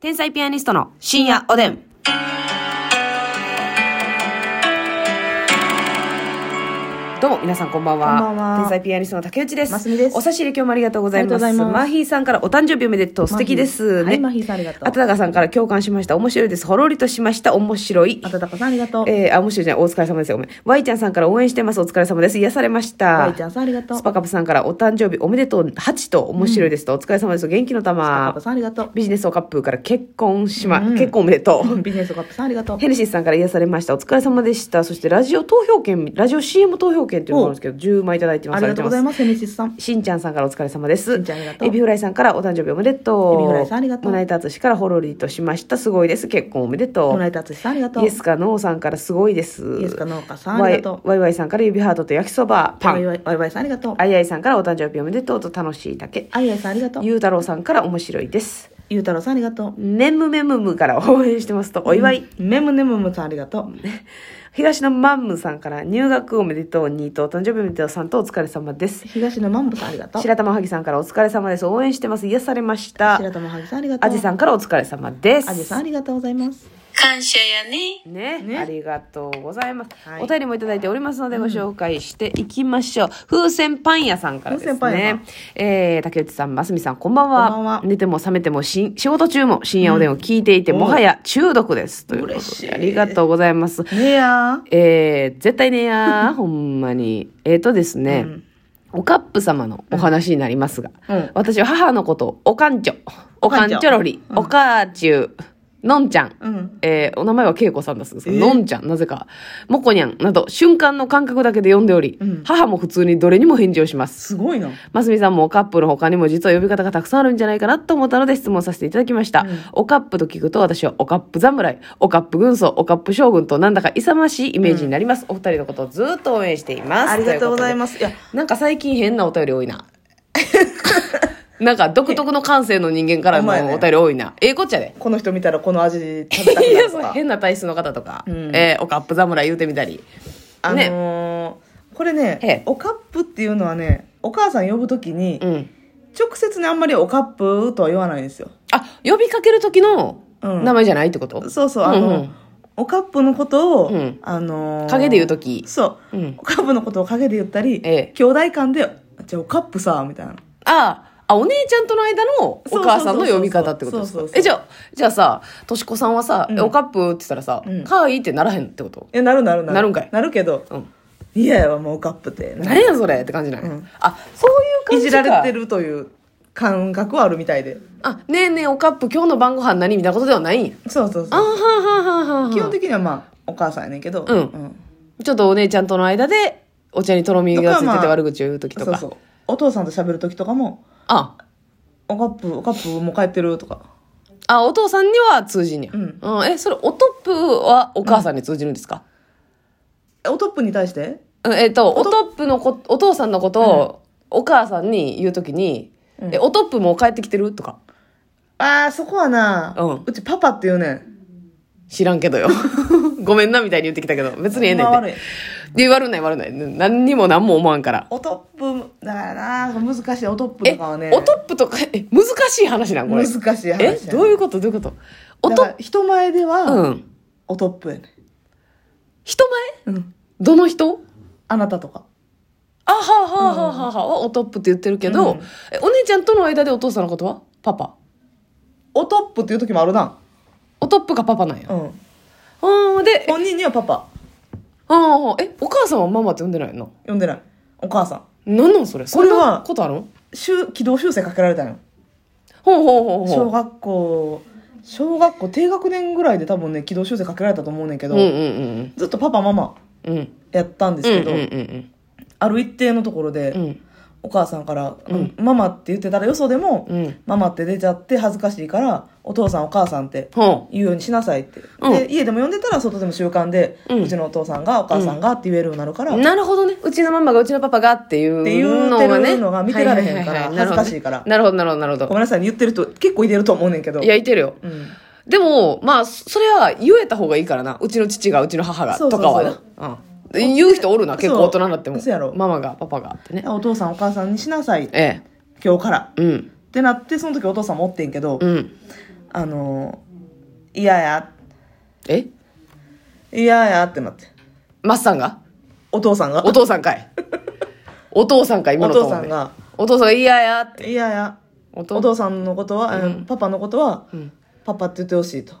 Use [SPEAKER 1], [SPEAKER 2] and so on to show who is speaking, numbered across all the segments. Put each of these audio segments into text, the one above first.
[SPEAKER 1] 天才ピアニストの深夜おでん。どうも皆さんこんばんは。
[SPEAKER 2] こんばんは
[SPEAKER 1] 天才ピアニストの竹内です。
[SPEAKER 2] ますみです
[SPEAKER 1] お差し入れ今日もありがとうございます。
[SPEAKER 2] ありがとうございま
[SPEAKER 1] マ
[SPEAKER 2] す
[SPEAKER 1] ヒーさんからお誕生日おめでとう。素敵ですね。
[SPEAKER 2] はい、マヒーさんありがとう。
[SPEAKER 1] あたたかさんから共感しました。面白いです。ほろりとしました。面白い
[SPEAKER 2] あ。たたかさんありがとう。
[SPEAKER 1] えー、あ、面白いじゃない。お疲れ様ですよ。ごめん。ワイちゃんさんから応援してます。お疲れ様です。癒されました。
[SPEAKER 2] ワイちゃんさんありがとう。
[SPEAKER 1] スパカブさんからお誕生日おめでとう。8と面白いですと。お疲れ様です。元気の
[SPEAKER 2] パ
[SPEAKER 1] 玉
[SPEAKER 2] パ。さんありがとう。
[SPEAKER 1] ビジネスオカップから結婚しま、
[SPEAKER 2] うん
[SPEAKER 1] 結婚おめでと う。
[SPEAKER 2] ビジネスカップさんありがとう。
[SPEAKER 1] ヘルシーさんから癒されました。お疲れ様でした。そしてラジオ投票券、ラジオ CM 投票券っていうのがあるんですけど、10枚いただいてます。
[SPEAKER 2] ありがとうござい
[SPEAKER 1] ありがとうございま
[SPEAKER 2] ます、ヘネシスさん。
[SPEAKER 1] す。しんちゃんさんからお疲れ様です。
[SPEAKER 2] しんちゃんありがとう
[SPEAKER 1] エビフライさんからお誕生日おめでとう。
[SPEAKER 2] エビフライさんありがとう
[SPEAKER 1] モナイタツシからほろりとしました。すごいです。結婚おめでとう。
[SPEAKER 2] モナイタツシさんありがとう。
[SPEAKER 1] イエスかノーさんからすごいです。
[SPEAKER 2] イエスかノーかさんありがとう
[SPEAKER 1] ワイワイワイワイさんから指ハートと焼きそば、パ
[SPEAKER 2] ワイ
[SPEAKER 1] ン。
[SPEAKER 2] ワイワイワイさんありがとう。
[SPEAKER 1] あいあいさんからお誕生日おめでとうと楽しいだけ。
[SPEAKER 2] あいあいさんありがとう。
[SPEAKER 1] ゆうたろうさんから面白いです。
[SPEAKER 2] ゆうたろうさんありがとう。
[SPEAKER 1] ねむめむむから応援してますとお祝い。
[SPEAKER 2] うん。メムネムムさんありがとう。
[SPEAKER 1] 東のマンムさんから入学おめでとう2とお誕生日おめでとう3とお疲れ様です。
[SPEAKER 2] 東野マンボさんありがとう。
[SPEAKER 1] 白玉はぎさんからお疲れ様です。応援してます。癒されました。
[SPEAKER 2] 白玉はぎさんありがとう。
[SPEAKER 1] あじさんからお疲れ様です。
[SPEAKER 2] あじさんありがとうございます。
[SPEAKER 1] ね
[SPEAKER 2] ね
[SPEAKER 1] ありがとうございます、
[SPEAKER 2] はい
[SPEAKER 1] お便りもいただいておりますのでご紹介していきましょう、風船パン屋さんからです
[SPEAKER 2] 風船パン屋さ
[SPEAKER 1] ね
[SPEAKER 2] ん、
[SPEAKER 1] えー、竹内さんますみさんこんばんは
[SPEAKER 2] こんばんは
[SPEAKER 1] 寝ても覚めてもしん仕事中も深夜おでんを聞いていて、
[SPEAKER 2] うん
[SPEAKER 1] もはや中毒ですということで
[SPEAKER 2] 嬉しい
[SPEAKER 1] ありがとうございます
[SPEAKER 2] ねえやー。
[SPEAKER 1] えー、絶対ねやーほんまにえっ、ー、とですね、おかっぷ様のお話になりますが、
[SPEAKER 2] うん
[SPEAKER 1] 私は母のことをおかんちょおかんちょろり、
[SPEAKER 2] うん
[SPEAKER 1] おかーちゅうのんちゃん
[SPEAKER 2] うん。うん。
[SPEAKER 1] えーお名前は恵子さんだそうですが、
[SPEAKER 2] えー
[SPEAKER 1] のんちゃん、なぜか、もこにゃんなど、瞬間の感覚だけで呼んでおり、
[SPEAKER 2] うん
[SPEAKER 1] 母も普通にどれにも返事をします。
[SPEAKER 2] すごいな。
[SPEAKER 1] ますみさんもおカップの他にも実は呼び方がたくさんあるんじゃないかなと思ったので質問させていただきました。
[SPEAKER 2] うん
[SPEAKER 1] おカップと聞くと私はおカップ侍、おカップ軍曹、おカップ将軍となんだか勇ましいイメージになります。お二人のことをずっと応援しています。。
[SPEAKER 2] ありがとうございますす。いや、
[SPEAKER 1] なんか最近変なお便り多いな。 なんか独特の感性の人間から
[SPEAKER 2] ほんまや
[SPEAKER 1] の
[SPEAKER 2] ね
[SPEAKER 1] お便り多 いな。ええこっちゃで。
[SPEAKER 2] この人見たらこの味食べたく
[SPEAKER 1] い
[SPEAKER 2] な
[SPEAKER 1] や
[SPEAKER 2] ると
[SPEAKER 1] そう
[SPEAKER 2] か。
[SPEAKER 1] 変な体質の方とか、
[SPEAKER 2] うん
[SPEAKER 1] えーおかっぷ侍言うてみたり、
[SPEAKER 2] あの
[SPEAKER 1] ね、
[SPEAKER 2] ーこれ
[SPEAKER 1] ええ
[SPEAKER 2] ね、おカップっていうのはね、お母さん呼ぶときに、
[SPEAKER 1] うん、
[SPEAKER 2] 直接ね、あんまりおカップとは言わないんですよ。
[SPEAKER 1] あ呼びかける時の
[SPEAKER 2] うん
[SPEAKER 1] 名前じゃないってこと、
[SPEAKER 2] そうそう、あの、
[SPEAKER 1] うんうん
[SPEAKER 2] おカップのことを、
[SPEAKER 1] うん
[SPEAKER 2] あのー
[SPEAKER 1] 陰で言う時
[SPEAKER 2] そう、
[SPEAKER 1] うん
[SPEAKER 2] おカップのことを陰で言ったり、
[SPEAKER 1] ええ
[SPEAKER 2] 兄弟間で、じゃあおカップさ、みたいな。
[SPEAKER 1] ああお姉ちゃんとの間のお母さんの呼び方ってことです
[SPEAKER 2] そ
[SPEAKER 1] か
[SPEAKER 2] うそうそうそうそうそうそう
[SPEAKER 1] えじゃあじゃあさとしこさんはさ「
[SPEAKER 2] うん
[SPEAKER 1] えおかっぷ」って言ったらさ「
[SPEAKER 2] うん
[SPEAKER 1] かわいい」ってならへんってこと、
[SPEAKER 2] え、なるなるなる。
[SPEAKER 1] なるんかい
[SPEAKER 2] なるけど、
[SPEAKER 1] うん、
[SPEAKER 2] 嫌やわ、もうおカップって。
[SPEAKER 1] 何やそれって感じない、
[SPEAKER 2] うん
[SPEAKER 1] あそういう感
[SPEAKER 2] い
[SPEAKER 1] じ
[SPEAKER 2] じ
[SPEAKER 1] から
[SPEAKER 2] れてるという感覚はあるみたいで。
[SPEAKER 1] あねえねえおかっぷ今日の晩ご飯何みたいなことではないんや
[SPEAKER 2] そうそ
[SPEAKER 1] あー
[SPEAKER 2] うそ
[SPEAKER 1] はーはーはーは
[SPEAKER 2] う。
[SPEAKER 1] ー
[SPEAKER 2] 基本的にはまあ、お母さんやねんけど、
[SPEAKER 1] うんちょっとお姉ちゃんとの間でお茶にとろみがつい
[SPEAKER 2] とか
[SPEAKER 1] て
[SPEAKER 2] ま
[SPEAKER 1] て
[SPEAKER 2] あ
[SPEAKER 1] 悪口を言う時とか、
[SPEAKER 2] そうそう。お父さんと喋るときとかも、
[SPEAKER 1] あ
[SPEAKER 2] おカップ、おカップもう帰ってるとか。
[SPEAKER 1] あ、お父さんには通じんねや。
[SPEAKER 2] うん
[SPEAKER 1] うん。え、それ、おトップはお母さんに通じるんですか、
[SPEAKER 2] えおトップに対して
[SPEAKER 1] うん、えっ、と、おトップのこ、お父さんのことをお母さんに言うときに、
[SPEAKER 2] うん
[SPEAKER 1] え、おトップもう帰ってきてるとか。
[SPEAKER 2] ああ、そこはな、
[SPEAKER 1] うん
[SPEAKER 2] ちパパっていうねん。
[SPEAKER 1] 知らんけどよ。 ごめんなみたいに言ってきたけど、別にええねん
[SPEAKER 2] ほんま
[SPEAKER 1] で。
[SPEAKER 2] 悪い
[SPEAKER 1] で、悪ない悪ない。何にも何も思わんから。
[SPEAKER 2] おトップ、だからな、難しい。おトップ
[SPEAKER 1] え、
[SPEAKER 2] とかはね、
[SPEAKER 1] おトップとか、え、難しい話なんこれ。
[SPEAKER 2] 難しい話やね
[SPEAKER 1] え、どういうことどういうことお
[SPEAKER 2] だ
[SPEAKER 1] ト
[SPEAKER 2] か
[SPEAKER 1] ッ
[SPEAKER 2] ら人前では、
[SPEAKER 1] プ、うん。
[SPEAKER 2] おトップやね
[SPEAKER 1] 人前
[SPEAKER 2] ん。うん。
[SPEAKER 1] どの人
[SPEAKER 2] あなたとか。
[SPEAKER 1] あはあはあはあはあはあはおトップって言ってるけど、
[SPEAKER 2] うん
[SPEAKER 1] えお姉ちゃんとの間でお父さんのことはパパ
[SPEAKER 2] おトップっていう時もあるな。
[SPEAKER 1] おトップがパパなんや、
[SPEAKER 2] うん。
[SPEAKER 1] うん、でえ
[SPEAKER 2] 本人にはパパ、
[SPEAKER 1] あーえお母さんはママって呼んでないよ
[SPEAKER 2] 呼んでない。お母さん。
[SPEAKER 1] ななんなんそれそ
[SPEAKER 2] こ
[SPEAKER 1] ん
[SPEAKER 2] れ
[SPEAKER 1] な
[SPEAKER 2] は
[SPEAKER 1] ことあるの
[SPEAKER 2] 修軌道修正かけられたんよ。
[SPEAKER 1] ほうほうほうほ
[SPEAKER 2] 小
[SPEAKER 1] う
[SPEAKER 2] 学校、小学校低学年ぐらいで多分ね、軌道修正かけられたと思うねんけど、
[SPEAKER 1] うんうんうん
[SPEAKER 2] ずっとパパママ
[SPEAKER 1] うんうん
[SPEAKER 2] やったんですけど、
[SPEAKER 1] うんうん
[SPEAKER 2] ある一定のところで、
[SPEAKER 1] うんうん
[SPEAKER 2] お母さんから、ママって言ってたらよそでも、
[SPEAKER 1] うん
[SPEAKER 2] ママって出ちゃって恥ずかしいから、お父さんお母さんって
[SPEAKER 1] ほう
[SPEAKER 2] 言うようにしなさいって。
[SPEAKER 1] うん
[SPEAKER 2] で、家でも呼んでたら外でも習慣で、
[SPEAKER 1] う
[SPEAKER 2] うんちのお父さんがお母さんがって言えるようになるから、
[SPEAKER 1] なるほどねうちのママがうちのパパがっていう
[SPEAKER 2] って言
[SPEAKER 1] のが
[SPEAKER 2] うて
[SPEAKER 1] ね
[SPEAKER 2] るのが見てられへんから
[SPEAKER 1] はいはいはいはい
[SPEAKER 2] 恥ずかしいから
[SPEAKER 1] なるほどなるほどなるほ
[SPEAKER 2] ご
[SPEAKER 1] ど
[SPEAKER 2] めんなさいね、言ってる人結構いてると思うねんけど。
[SPEAKER 1] いやいてるよ
[SPEAKER 2] うん。
[SPEAKER 1] でも、まあ、そそれは言えた方がいいからな。うちの父が、うちの母が、
[SPEAKER 2] そう
[SPEAKER 1] と
[SPEAKER 2] そうそう
[SPEAKER 1] かはな。うん。言う人おるな、結構
[SPEAKER 2] そう
[SPEAKER 1] 大人になっても
[SPEAKER 2] そうやろ。
[SPEAKER 1] ママが、パパがってね。
[SPEAKER 2] お父さんお母さんにしなさい、
[SPEAKER 1] え
[SPEAKER 2] 今日から。
[SPEAKER 1] え。うん。
[SPEAKER 2] ってなって、その時お父さんもおってんけど、
[SPEAKER 1] うん。
[SPEAKER 2] あの「嫌や
[SPEAKER 1] え
[SPEAKER 2] 嫌や」ってなって
[SPEAKER 1] マッサンが
[SPEAKER 2] お父さんが
[SPEAKER 1] お父さんかい。お父さんかい、今のトーンで
[SPEAKER 2] お父さんが。
[SPEAKER 1] お父さんが嫌やって。
[SPEAKER 2] 「嫌や」
[SPEAKER 1] お
[SPEAKER 2] お父さんのことは、うんパパのことは、
[SPEAKER 1] ん
[SPEAKER 2] パパって言ってほしいと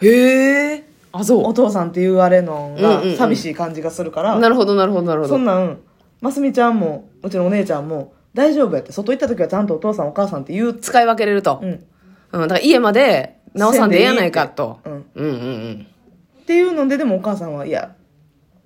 [SPEAKER 1] へえ。あ、そ
[SPEAKER 2] お父さんって言われるの
[SPEAKER 1] うんうんう
[SPEAKER 2] が
[SPEAKER 1] ん
[SPEAKER 2] 寂しい感じがするから、
[SPEAKER 1] う。なるほど、なるほど、なるほ
[SPEAKER 2] そ
[SPEAKER 1] ど
[SPEAKER 2] ん。なんますみちゃんもうちのお姉ちゃんも大丈夫やって外行った時はちゃんとお父さんお母さんって言う、
[SPEAKER 1] 使い分けれると
[SPEAKER 2] う。ん、
[SPEAKER 1] うん。だから家まで直さんでええやないかと。
[SPEAKER 2] うん、
[SPEAKER 1] うんうん
[SPEAKER 2] っていうのででもお母さんはいや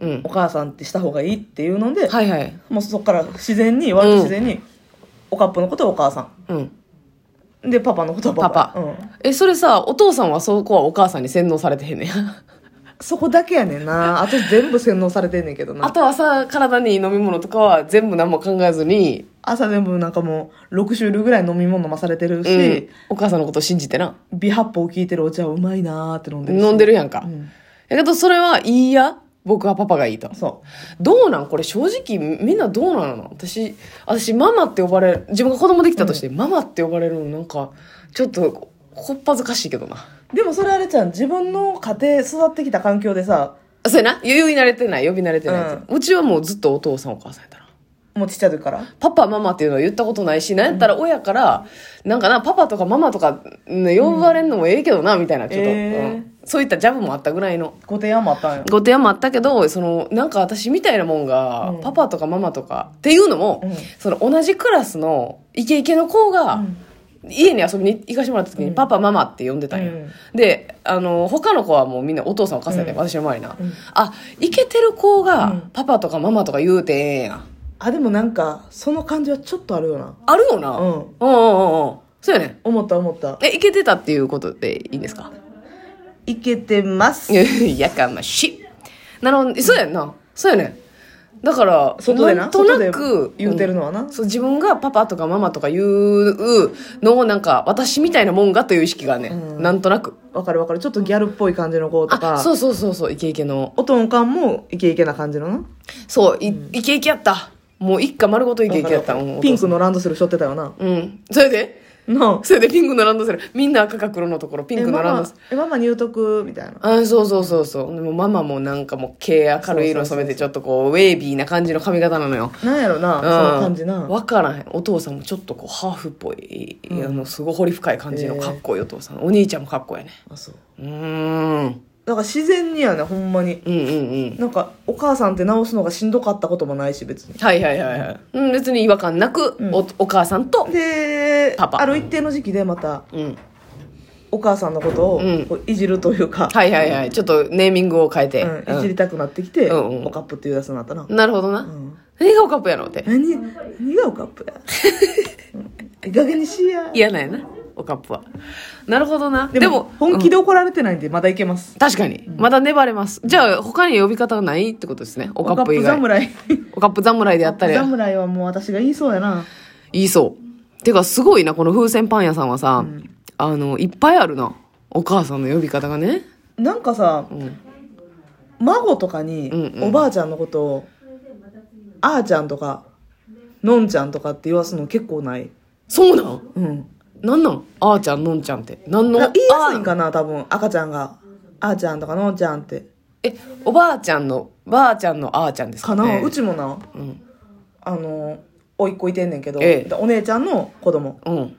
[SPEAKER 1] うん。うん
[SPEAKER 2] お。母さんってした方がいいっていうので、
[SPEAKER 1] はいはい。
[SPEAKER 2] もうそこから自然に割と自然に、おかっぽのことはお母さ
[SPEAKER 1] うん。
[SPEAKER 2] んでパパのことはパパ
[SPEAKER 1] パパ
[SPEAKER 2] うん、
[SPEAKER 1] え、それさ、お父さんはそこはお母さんに洗脳されてへんね や。
[SPEAKER 2] そこだけやねんなあと全部洗脳されてんねんけど
[SPEAKER 1] あ
[SPEAKER 2] な
[SPEAKER 1] と朝体にいい飲み物とかは全部何も考えずに、
[SPEAKER 2] 朝全部なんかもう6種類ぐらい飲み物飲まされてる
[SPEAKER 1] う
[SPEAKER 2] し
[SPEAKER 1] ん、お母さんのこと信じてな。
[SPEAKER 2] 美発泡効いてるお茶うまいなーって飲んでるし
[SPEAKER 1] 飲んでるやんか。
[SPEAKER 2] うん
[SPEAKER 1] やけどそれはいいや。僕はパパがいいと。
[SPEAKER 2] そ
[SPEAKER 1] どうなんこれ正直みんなどうなの私、私ママって呼ばれる、自分が子供できたとして、ママって呼ばれるのなんか、ちょっと、ここっぱずかしいけどな。
[SPEAKER 2] うでもそれあれちゃん自分の家庭育ってきた環境でさ
[SPEAKER 1] あそうやな。言い慣れてない、呼び慣れてないやつ、うちはもうずっとお父さんお母さんやったな。
[SPEAKER 2] もうちっちゃい時から
[SPEAKER 1] パパ、ママっていうのは言ったことないし、なんやったら親から、なんかな、パパとかママとか、ね、呼ばれんのもええけどな、みたいな、ちょっと、
[SPEAKER 2] えー
[SPEAKER 1] うんそういったジャブもあったぐらいの。
[SPEAKER 2] ご提案もあったんや
[SPEAKER 1] ご提案もあったけど、その、なんか私みたいなもんが、
[SPEAKER 2] うん
[SPEAKER 1] パパとかママとか、っていうのも、
[SPEAKER 2] うん
[SPEAKER 1] その同じクラスのイケイケの子が、家に遊びに行かしてもらった時に、
[SPEAKER 2] うん
[SPEAKER 1] パパママって呼んでたんや、
[SPEAKER 2] うん
[SPEAKER 1] であの他の子はもうみんなお父さんお母さんやったんや
[SPEAKER 2] う
[SPEAKER 1] 私の周りな、
[SPEAKER 2] うん
[SPEAKER 1] あイケてる子
[SPEAKER 2] う
[SPEAKER 1] が
[SPEAKER 2] ん
[SPEAKER 1] パパとかママとか言うてええんや
[SPEAKER 2] あでもなんかその感じはちょっとあるよな
[SPEAKER 1] あるよな、
[SPEAKER 2] うん
[SPEAKER 1] うんうんうんうんそうやね
[SPEAKER 2] 思った思った
[SPEAKER 1] えイケてたっていうことでいいんですか
[SPEAKER 2] いけてま す
[SPEAKER 1] やかましいなるほどそうやんなそうやねんだから
[SPEAKER 2] 外で
[SPEAKER 1] ん
[SPEAKER 2] な
[SPEAKER 1] と
[SPEAKER 2] 外で
[SPEAKER 1] なく
[SPEAKER 2] 言うてるのはな、
[SPEAKER 1] そう自分がパパとかママとか言うのをなんか私みたいなもんがという意識がね、
[SPEAKER 2] うん
[SPEAKER 1] なんとなく
[SPEAKER 2] わかるわかるちょっとギャルっぽい感じの子と
[SPEAKER 1] あ
[SPEAKER 2] か
[SPEAKER 1] そうそうそうそうイケイケの
[SPEAKER 2] おとんかんもイケイケな感じのな
[SPEAKER 1] そうい、イケイケやったもう一家丸ごとイケイケやった
[SPEAKER 2] わかる
[SPEAKER 1] うん
[SPEAKER 2] わかるピンクのランドセル背負ってたよな
[SPEAKER 1] うんそれで
[SPEAKER 2] な
[SPEAKER 1] それでピンクのランドセルみんな赤か黒のところピンクのランドセル
[SPEAKER 2] えママえママ入得みたいな
[SPEAKER 1] あそうそうそうそうでもママもなんかもう毛明るい色染めてちょっとこうウェービーな感じの髪型なのよ
[SPEAKER 2] なんやろな、その感じな
[SPEAKER 1] 分からへんお父さんもちょっとこうハーフっぽい、
[SPEAKER 2] うん
[SPEAKER 1] あのすごい彫り深い感じの
[SPEAKER 2] へえ
[SPEAKER 1] かっこいいお父さん、お兄ちゃんもかっこいいね
[SPEAKER 2] あそう
[SPEAKER 1] うーん
[SPEAKER 2] だから自然にやねほんまに
[SPEAKER 1] うんうんうん
[SPEAKER 2] なんかお母さんって直すのがしんどかったこともないし別に
[SPEAKER 1] はいはいはいはい、うん、別に違和感なく、
[SPEAKER 2] うん
[SPEAKER 1] おお母さんと
[SPEAKER 2] で
[SPEAKER 1] パパ
[SPEAKER 2] ある一定の時期でまた
[SPEAKER 1] うん
[SPEAKER 2] お母さんのことを
[SPEAKER 1] うん
[SPEAKER 2] こういじるというか、
[SPEAKER 1] はいはいはいちょっとネーミングを変えて、
[SPEAKER 2] うん
[SPEAKER 1] うん
[SPEAKER 2] いじりたくなってきて、
[SPEAKER 1] うんうん
[SPEAKER 2] おかっぷって言い出すようになったな、
[SPEAKER 1] なるほどな、
[SPEAKER 2] うん
[SPEAKER 1] 何がおかっぽやろうって
[SPEAKER 2] 何何がおかっぷや うんいい加減にしや
[SPEAKER 1] 嫌なんやなおかっぽはなるほどなでも
[SPEAKER 2] でも本気
[SPEAKER 1] で、
[SPEAKER 2] で怒られてないんでまだいけます、
[SPEAKER 1] うん確かに、まだ粘れますじゃあ他に呼び方がないってことですねお
[SPEAKER 2] お
[SPEAKER 1] か
[SPEAKER 2] か
[SPEAKER 1] っ
[SPEAKER 2] っ
[SPEAKER 1] ぽ以
[SPEAKER 2] ぷ
[SPEAKER 1] 外
[SPEAKER 2] 侍
[SPEAKER 1] おかっぽ侍で やったり
[SPEAKER 2] 侍はもう私が言いそうやな
[SPEAKER 1] 言いそうてかすごいなこの風船パン屋さんはさ、あのいっぱいあるなお母さんの呼び方がね、
[SPEAKER 2] なんかさ
[SPEAKER 1] うん、
[SPEAKER 2] 孫とかに
[SPEAKER 1] うんうん
[SPEAKER 2] おばあちゃんのことを、あーちゃんとかのんちゃんとかって言わすの結構ない
[SPEAKER 1] そうなん
[SPEAKER 2] うん
[SPEAKER 1] なんなんあーちゃんのんちゃんってなんの
[SPEAKER 2] だから言いやすいん
[SPEAKER 1] あー
[SPEAKER 2] かな多分赤ちゃんがあーちゃんとかのんちゃんって
[SPEAKER 1] えおばあちゃんのばあちゃんのあーちゃんです
[SPEAKER 2] か
[SPEAKER 1] か
[SPEAKER 2] な、
[SPEAKER 1] ね
[SPEAKER 2] うちもな
[SPEAKER 1] うん
[SPEAKER 2] あの甥っ子いてんねんけど、
[SPEAKER 1] ええ
[SPEAKER 2] お姉ちゃんの子供
[SPEAKER 1] うん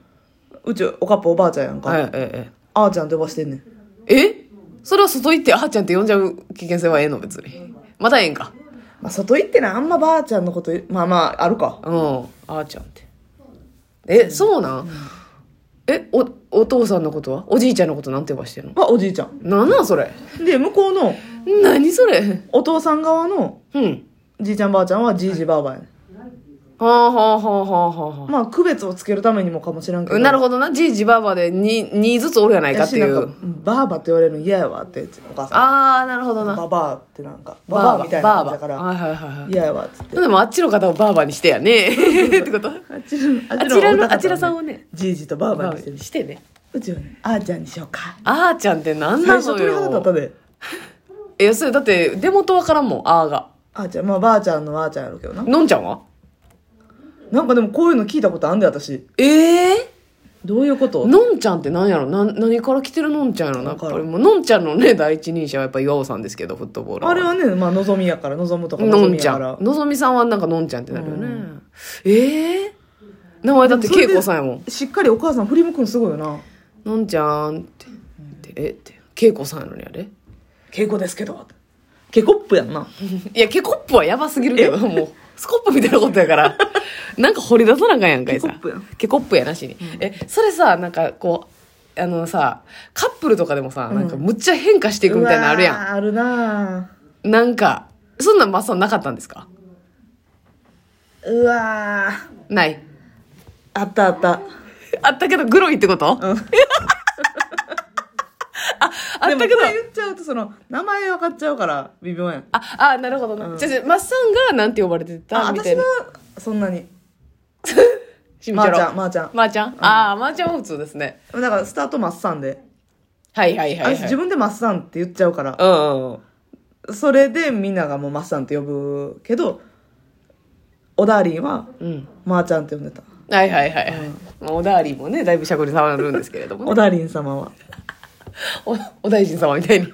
[SPEAKER 2] うちおかっぱおばあちゃんやんか、
[SPEAKER 1] はいえ
[SPEAKER 2] あーちゃんって呼ばしてんねん
[SPEAKER 1] えええそれは外行ってあーちゃんって呼んじゃう危険性はええの別にまたええんか
[SPEAKER 2] まあ、外行ってなあんまばあちゃんのことまあまああるか
[SPEAKER 1] うんあーちゃんってえそうなんえおお父さんのことはおじいちゃんのことなんて呼ばしてんの
[SPEAKER 2] はおじいちゃん
[SPEAKER 1] なんなんそれ
[SPEAKER 2] で向こうの
[SPEAKER 1] 何それ
[SPEAKER 2] お父さん側の
[SPEAKER 1] うん
[SPEAKER 2] じいちゃんばあちゃんはじいじばあばやね
[SPEAKER 1] はあはあはあはあはあは
[SPEAKER 2] んまあ区別をつけるためにもかもしらんけ
[SPEAKER 1] あ
[SPEAKER 2] ど
[SPEAKER 1] なる
[SPEAKER 2] ほ
[SPEAKER 1] ほどなじいじばあばで 2, 2ずつおるやないかってい
[SPEAKER 2] なん
[SPEAKER 1] う
[SPEAKER 2] かばあばって言われるの嫌やわってお母さん
[SPEAKER 1] ああなるほどな
[SPEAKER 2] ばばあってなんかばばあみたいな
[SPEAKER 1] ばあ
[SPEAKER 2] 感
[SPEAKER 1] ば
[SPEAKER 2] じだか
[SPEAKER 1] は
[SPEAKER 2] ら
[SPEAKER 1] いはいはいはい
[SPEAKER 2] 嫌やわっつって
[SPEAKER 1] でもあっちの方をバーバーにしてや ねってこと
[SPEAKER 2] あちら
[SPEAKER 1] あちら
[SPEAKER 2] の
[SPEAKER 1] のあちらさんをね
[SPEAKER 2] じいじとばあば
[SPEAKER 1] バーバ
[SPEAKER 2] にして
[SPEAKER 1] ー
[SPEAKER 2] る
[SPEAKER 1] にしてね
[SPEAKER 2] うちはねあーちゃんにしようか
[SPEAKER 1] あーちゃんって何
[SPEAKER 2] 最
[SPEAKER 1] な
[SPEAKER 2] 初
[SPEAKER 1] の
[SPEAKER 2] 鳥肌立った
[SPEAKER 1] よ
[SPEAKER 2] で
[SPEAKER 1] いやそれだって出元わからんもんあーが
[SPEAKER 2] あーちゃんまあばあちゃんのあーちゃんやろうけどな
[SPEAKER 1] のんちゃんは
[SPEAKER 2] なんかでもこういうの聞いたことあんで私
[SPEAKER 1] ええ
[SPEAKER 2] どういうこと
[SPEAKER 1] のんちゃんって何やろな何から来てるのんちゃんやろなや
[SPEAKER 2] わ
[SPEAKER 1] っ
[SPEAKER 2] か
[SPEAKER 1] ぱ
[SPEAKER 2] る
[SPEAKER 1] りもうのんちゃんのね第一人者はやっぱ岩尾さんですけどフットボール
[SPEAKER 2] あれはね、まあ、望みやから、望むとか
[SPEAKER 1] の
[SPEAKER 2] 望
[SPEAKER 1] ん
[SPEAKER 2] み
[SPEAKER 1] ちゃ
[SPEAKER 2] やから
[SPEAKER 1] ん。のぞみさんはなんかのんちゃんってなるよね、
[SPEAKER 2] うん
[SPEAKER 1] ええ名前だって
[SPEAKER 2] でもそれ
[SPEAKER 1] 恵
[SPEAKER 2] で
[SPEAKER 1] 子さんやもん
[SPEAKER 2] しっかりお母さん振り向くんすごいよな。
[SPEAKER 1] のんちゃんってってえって恵子さんやのにあれ
[SPEAKER 2] 稽古ですけど。ケコップやんな。
[SPEAKER 1] いやケコップはやばすぎるけどもうスコップみたいなことやから なんか掘り出さなあかんやんかいさ
[SPEAKER 2] ケコップやん
[SPEAKER 1] ケコップやなしに、えそれさなんかこうあのさカップルとかでもさ、なんかむっちゃ変化していくみたいなのあるやん
[SPEAKER 2] うわーあるな
[SPEAKER 1] なんか、そんなんマッサンなかったんですか
[SPEAKER 2] ーうわー
[SPEAKER 1] ない。
[SPEAKER 2] あったあった。
[SPEAKER 1] あったけど、グロいってこと、 あ、あったけ
[SPEAKER 2] で
[SPEAKER 1] ど
[SPEAKER 2] も、これ言っちゃうと、その、名前分かっちゃうから、微妙やん。
[SPEAKER 1] あ、あ、なるほどな。じゃあじゃあマッサンがなんて呼ばれてた
[SPEAKER 2] あ、
[SPEAKER 1] みたい
[SPEAKER 2] 私
[SPEAKER 1] な
[SPEAKER 2] は。、そんなに。
[SPEAKER 1] しみ
[SPEAKER 2] まーちゃ
[SPEAKER 1] ろ
[SPEAKER 2] ん、まーちゃん。
[SPEAKER 1] まーちゃんああ、まーちゃんは普通ですね。
[SPEAKER 2] だから、スタートマッサンで。
[SPEAKER 1] はいはいはい、は
[SPEAKER 2] 私
[SPEAKER 1] い。
[SPEAKER 2] 自分でマッサンって言っちゃうから。
[SPEAKER 1] うんうんうん。
[SPEAKER 2] それでみんながもうマッサンって呼ぶけど、オダーリンは、
[SPEAKER 1] うん。
[SPEAKER 2] まーちゃんって呼んでた。
[SPEAKER 1] はいはいはいはい。まあおだわりもね、だいぶしゃくり触るんですけれどもね
[SPEAKER 2] オダーリン様は。
[SPEAKER 1] おお大臣様みたいに。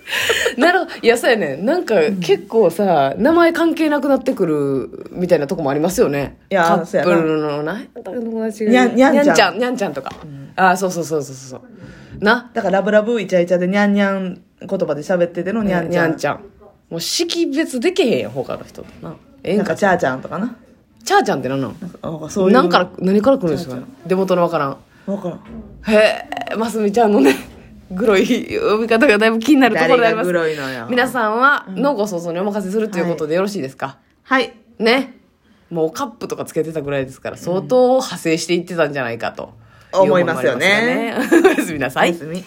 [SPEAKER 1] なるほどいやそうやねんなんか結構さ、名前関係なくなってくるみたいなとこもありますよね
[SPEAKER 2] いや
[SPEAKER 1] カップルのな友達がにゃ
[SPEAKER 2] にゃんにゃんちゃん
[SPEAKER 1] にゃんにゃんちゃんとか、ああそうそうそうそうそうな
[SPEAKER 2] だから、ラブラブイチャイチャでニャンニャン言葉で喋っててのニ
[SPEAKER 1] にゃ
[SPEAKER 2] ャ
[SPEAKER 1] んに
[SPEAKER 2] ンニ
[SPEAKER 1] ゃ
[SPEAKER 2] ャ
[SPEAKER 1] ん
[SPEAKER 2] ン。
[SPEAKER 1] ちゃんもう識別できへんやん他の人となええ
[SPEAKER 2] なん
[SPEAKER 1] ん
[SPEAKER 2] か、
[SPEAKER 1] か
[SPEAKER 2] チャーちゃんとかな。
[SPEAKER 1] ちゃーちゃんってなんなん
[SPEAKER 2] なんかそういう。
[SPEAKER 1] なんから何から来るんですかね出元のわからん
[SPEAKER 2] わからん。
[SPEAKER 1] へえますみちゃんのねグロい呼び方がだいぶ気になるところであります
[SPEAKER 2] いのよ
[SPEAKER 1] 皆さんは脳ご想像にお任せするということでよろしいですか、
[SPEAKER 2] はい。
[SPEAKER 1] ねもうカップとかつけてたぐらいですから相当派生していってたんじゃないかと、
[SPEAKER 2] 思いますよ
[SPEAKER 1] いう思い
[SPEAKER 2] ね
[SPEAKER 1] もありますよね おやすみな
[SPEAKER 2] お
[SPEAKER 1] さ
[SPEAKER 2] や
[SPEAKER 1] い
[SPEAKER 2] すみ。